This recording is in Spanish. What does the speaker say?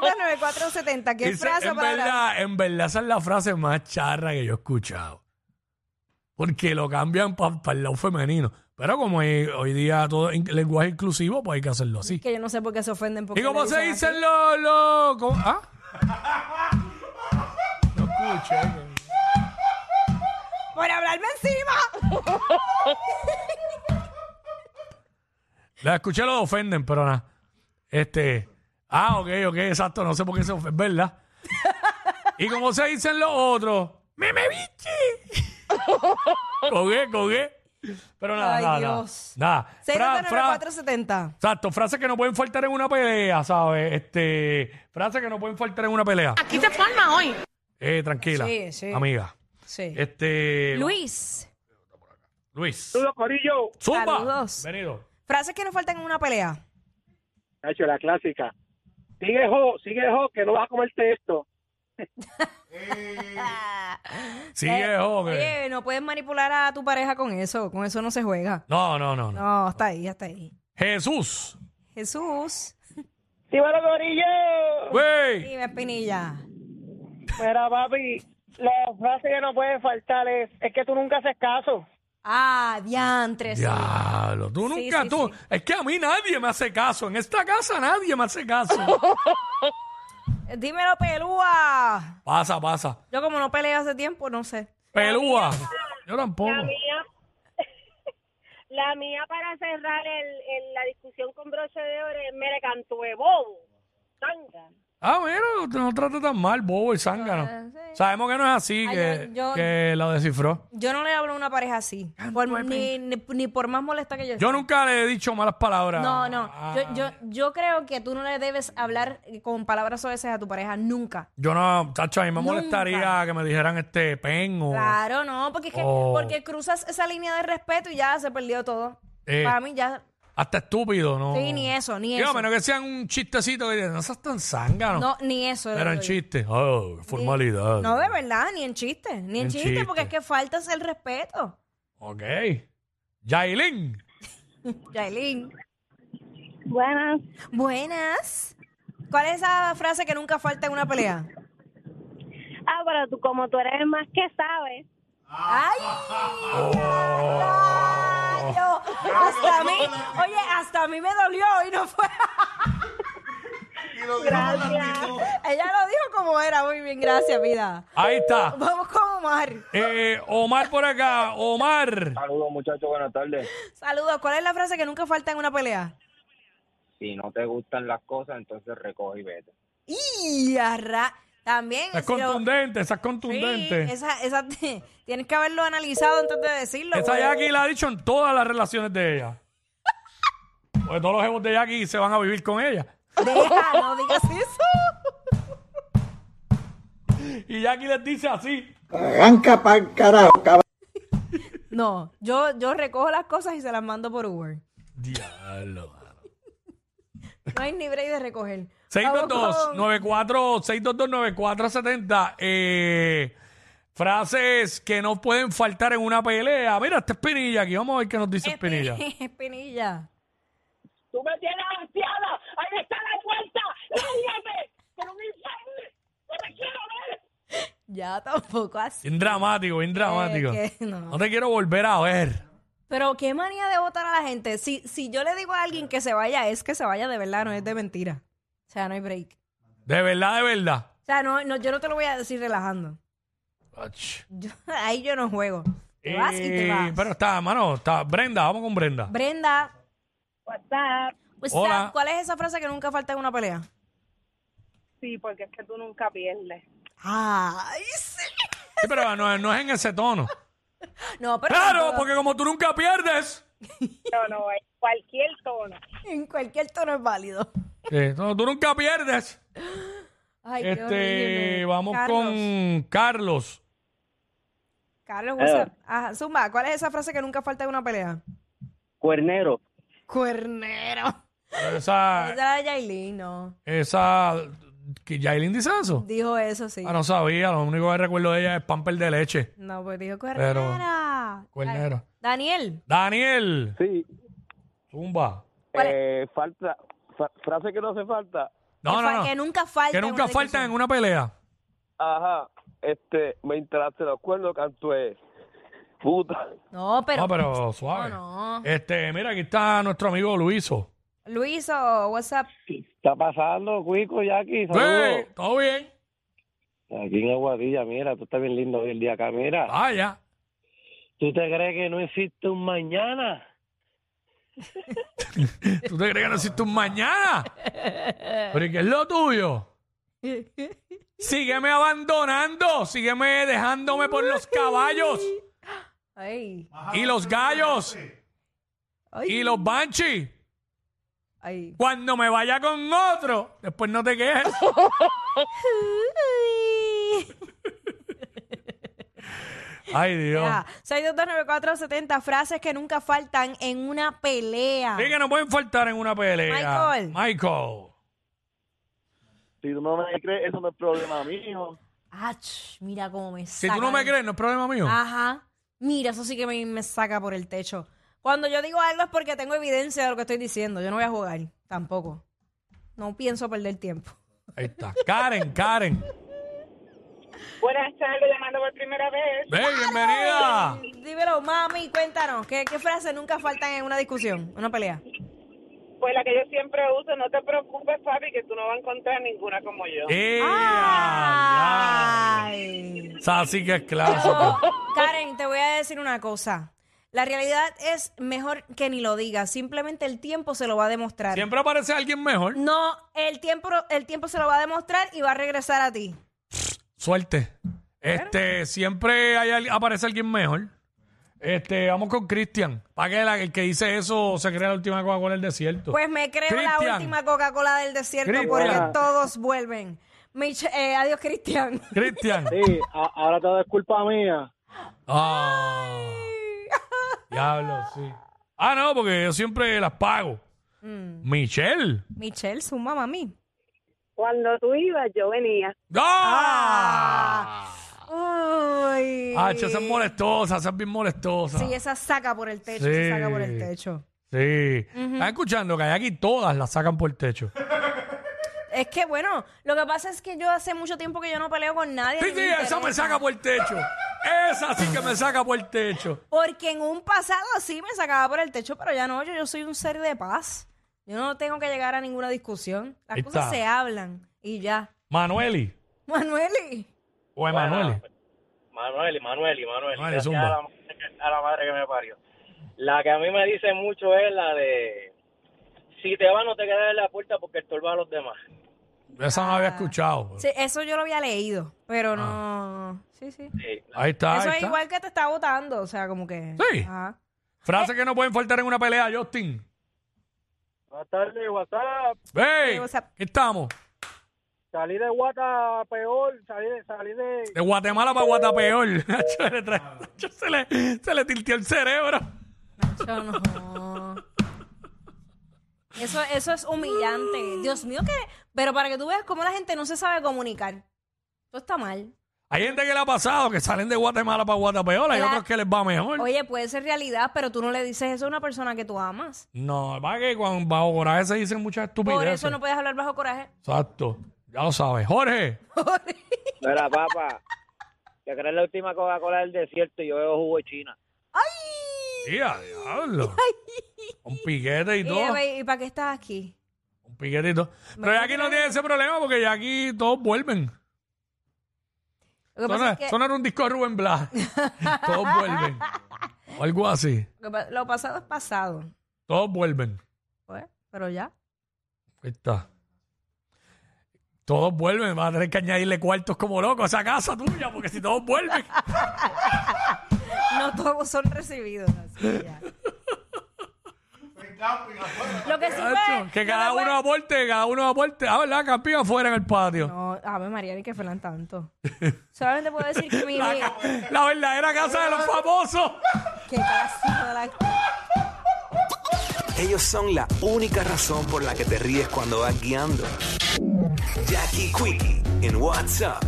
629470, ¿qué Esa- frase en, para la- verdad, en verdad, esa es la frase más charra que yo he escuchado. Porque lo cambian para el lado femenino. Pero como hay- hoy día todo es in- lenguaje inclusivo, pues hay que hacerlo así. Que yo no sé por qué se ofenden porque ¿Y cómo le se dicen dicen los... los- cómo- ¿Ah? No escuché. así. ¡Por hablarme encima! La escuché, lo ofenden, pero nada. Este. Ah, ok, ok, exacto. No sé por qué se ofenden, ¿verdad? ¿Y cómo se dicen los otros? ¡Meme bichi! cogué, cogué. Pero nada, Ay, nada. Dios. Nada. Fra- fra- 629470. exacto, frases que no pueden faltar en una pelea, ¿sabes? Este, frases que no pueden faltar en una pelea. Aquí te forma hoy. Eh, tranquila. Sí, sí. Amiga. Sí. Este. Luis, Luis. Saludos, Corillo. Zumba. Saludos. Venido. frases que no faltan en una pelea. Nacho, la clásica. Sigue, Jo, sigue, Jo, que no vas a comerte esto. Ah. Sigue, joven. Eh, Oye, no puedes manipular a tu pareja con eso. Con eso no se juega. No, no, no, no. No, hasta ahí, hasta ahí. Jesús. Jesús. ¡Dímelo, Corillo! Güey. Dime, Espinilla. Mira, papi, la frase que no puede faltar es, es que tú nunca haces caso. Ah, diantres. Diablo, tú Sí, nunca, sí, tú. sí. Es que a mí nadie me hace caso. En esta casa nadie me hace caso. Dímelo, pelúa. pasa, pasa. Yo como no peleo hace tiempo, no sé. Pelúa. Yo tampoco. La mía, la mía para cerrar el, el- la discusión con broche de oro es, me le cantué bobo. Tanga. Ah, bueno, no no trata tan mal, bobo y zángano. Sabemos que no es así, Ah, Ay, que, yo- yo- que lo descifró. Yo no le hablo a una pareja así. Por- ni, ni- ni por más molesta que yo. Yo nunca le he dicho malas palabras. No, no. Ah, Yo, yo, yo creo que tú no le debes hablar con palabras soeces a tu pareja nunca. Yo no, tacho, a mí me molestaría que me dijeran este pen o. Claro, no, porque es que- Oh. porque cruzas esa línea de respeto y ya se perdió todo. Eh. Para mí ya, Hasta estúpido, ¿no? sí, ni eso, ni Digo, a eso. menos que sean un chistecito que digan, no seas tan zángano. No, ni eso. Pero en Yo- chiste. Oh, formalidad. No, de verdad, ni en chiste, ni en, en chiste, porque es chiste. que faltas el respeto. Ok. Yailin. Yailin. Buenas. Buenas. ¿Cuál es esa frase que nunca falta en una pelea? Ah, pero tú, como tú eres el más que sabes. ¡Ay! rayo! Hasta a mí, oye, hasta a mí me dolió y no fue. Gracias. Ella lo dijo como era, muy bien, gracias, vida. Ahí está. Vamos con Omar. Eh, Omar por acá. Omar. Saludos muchachos, buenas tardes. Saludos. ¿Cuál es la frase que nunca falta en una pelea? Si no te gustan las cosas, entonces recoge y vete. Y arra... también. Estás si lo- contundente, estás Sí, contundente. esa, esa, tienes que haberlo analizado antes de decirlo. pues. Esa porque- Jackie la ha dicho en todas las relaciones de ella. Pues todos los jefes de Jackie se van a vivir con ella. Deja, no digas eso. Y Jackie les dice así. Arranca para carajo, cabrón. No, yo, yo recojo las cosas y se las mando por Uber. Diablo. No hay ni break de recoger. Vamos con- 622-9470. Eh, frases que no pueden faltar en una pelea. Mira, esta es Pinilla aquí. Vamos a ver qué nos dice Pinilla. Espinilla. ¡Tú me tienes ansiada! ¡Ahí está la puerta! ¡Lárgate! ¡Pero mi sangre! ¡No me quiero ver! Ya tampoco así. Bien dramático, bien dramático. Eh, que no. no. te quiero volver a ver. Pero qué manía de votar a la gente. Si, si yo le digo a alguien que se vaya, es que se vaya de verdad, no es de mentira. O sea, no hay break. De verdad, de verdad. O sea, no, no, yo no te lo voy a decir relajando. Ach. Yo- ahí yo no juego. Te vas y te Eh, vas. Pero está, mano, está. Brenda, vamos con Brenda. Brenda, WhatsApp. what's Hola. up? ¿cuál es esa frase que nunca falta en una pelea? Sí, porque es que tú nunca pierdes. Ay, sí. Sí, pero no, no es en ese tono. No, pero Claro, porque como tú nunca pierdes. No, no, en cualquier tono. en cualquier tono es válido. Eh, no, tú nunca pierdes. Ay, qué este, horrible. vamos Carlos. con Carlos. Carlos, what's up? Ajá, Zumba, ¿cuál es esa frase que nunca falta en una pelea? Cuernero. Cuernero. Esa, Esa era Yailin, no. esa, que Yailin dice eso. Dijo eso, sí. Ah, no sabía. Lo único que recuerdo de ella es pamper de leche. No, pues dijo cuernera. Cuernero. Daniel, Daniel, Sí, tumba. ¿Cuál es? Pues- eh, falta, fra- frase que no hace falta, No, que, no, fa- no. que nunca falta. Que nunca faltan en una pelea. Ajá, este, me enteraste los cuernos, cantué. Puta. No, pero. no, pero suave. No, no. Este, mira, aquí está nuestro amigo Luiso. Luiso, what's up? está pasando, Cuico, Jackie? Pues, ¡Hey! ¿Todo bien? Aquí en Aguadilla, mira, tú estás bien lindo hoy el día acá, mira. Vaya. ¿Tú te crees que no existe un mañana? ¿Tú te crees que no existe un mañana? Pero ¿y qué es lo tuyo? Sígueme abandonando, sígueme dejándome por los caballos Ay, y los gallos y los banchis. ay. Cuando me vaya con otro, después no te quejes. Ay, Dios. Ya, 6229470, frases que nunca faltan en una pelea. Sí que no pueden faltar en una pelea. Michael. Michael. Si tú no me crees, eso no es problema mío. Ach, mira cómo me Si saca. tú no me del- crees, no es problema mío. Ajá. Mira, eso sí que me, me saca por el techo. Cuando yo digo algo es porque tengo evidencia de lo que estoy diciendo. Yo no voy a jugar, tampoco. No pienso perder tiempo. Ahí está. Karen, Karen. Buenas tardes, llamando por primera vez. Hey, Ah. bienvenida. Dímelo, mami, cuéntanos, ¿qué, qué frases nunca faltan en una discusión, una pelea? Pues la que yo siempre uso, no te preocupes, papi, que tú no vas a encontrar ninguna como yo. ¡Eh! Ay. Esa sí que es clásico. Karen, te voy a decir una cosa. La realidad es mejor que ni lo digas, simplemente el tiempo se lo va a demostrar. Siempre aparece alguien mejor. No, el tiempo, el tiempo se lo va a demostrar y va a regresar a ti. Suerte. Este, siempre hay, al- aparece alguien mejor. Este, vamos con Cristian. Para que la- el que dice eso se crea la última Coca-Cola del desierto. Pues me creo la Cristian. última Coca-Cola del desierto Cristian. porque todos vuelven. Mich- eh, adiós, Cristian. Cristian. Sí, a- ahora todo es culpa mía. Ah. Diablo, sí. Ah, no, porque yo siempre las pago. Michelle. Michelle, su mamá a mí. Cuando tú ibas, yo venía. ¡Ah! Uy. Ah, che, esa es molestosa, esa es bien molestosa. Sí, esa saca por el techo, se Sí. saca por el techo. Sí. Están escuchando que aquí todas las sacan por el techo. Es que bueno, lo que pasa es que yo hace mucho tiempo que yo no peleo con nadie. Sí, ni sí, me esa interesa. me saca por el techo. Esa sí que me saca por el techo. Porque en un pasado sí me sacaba por el techo, pero ya no, yo, yo soy un ser de paz. Yo no tengo que llegar a ninguna discusión. Las Ahí cosas está. se hablan y ya. Manueli. Manueli. O Emanueli. pues, Manuel, y Manuel, y Manuel. Manuel, gracias zumba. a la, madre que- a la madre que me parió. La que a mí me dice mucho es la de... Si te vas, no te quedas en la puerta porque estorba a los demás. Esa no había escuchado. ah. Sí, eso yo lo había leído, pero Ah. no. Sí, sí. Sí, Ahí está. eso ahí es está. igual que te está votando, o sea, como que. Sí. Ajá. Frases que no pueden faltar en una pelea, Justin. Buenas tardes, WhatsApp. ¡Ey! Sí, o sea- ¿Qué estamos? Salí de Guata peor, salí de... Salí de... De Guatemala para Uh. Guatapeor. Nacho, le tra- Nacho, se, le, se le tilteó el cerebro. Yo no. Eso, eso es humillante. Dios mío, que. Pero para que tú veas cómo la gente no se sabe comunicar. Todo está mal. Hay gente que le ha pasado que salen de Guatemala para Guatapeor. Hay Claro. otros que les va mejor. Oye, puede ser realidad, pero tú no le dices eso a una persona que tú amas. No, va que cuando bajo coraje se dicen muchas estupideces. Por eso no puedes hablar bajo coraje. Exacto. Ya lo sabes. Jorge. Mira, papá, que crees la última Coca-Cola del desierto y yo veo jugo de China. Tía, diablo. Un piquete y Y, todo. eh, ¿Y para qué estás aquí? Un piquete y todo. Pero Jackie no tiene ese problema porque Jackie todos vuelven. Lo que Eso pasa no, es que- eso no era un disco de Rubén Blas. todos vuelven. O algo así. lo que pa- lo pasado es pasado. Todos vuelven. Pues, pero ya. Ahí está. Todos vuelven. Vas a tener que añadirle cuartos como loco a esa casa tuya porque si todos vuelven. No todos son recibidos. así que ya. Lo que sí Chacho, fue. que no cada Pues, le fue- uno aporte, cada uno aporte. Ah, ¿verdad? Campín afuera en el patio. No, a ver, María, ni que fueran tanto. Solamente puedo decir que mi. La, mi- ca- la verdadera casa de los famosos. que casi no la. Ellos son la única razón por la que te ríes cuando vas guiando. Jackie Quickie en WhatsApp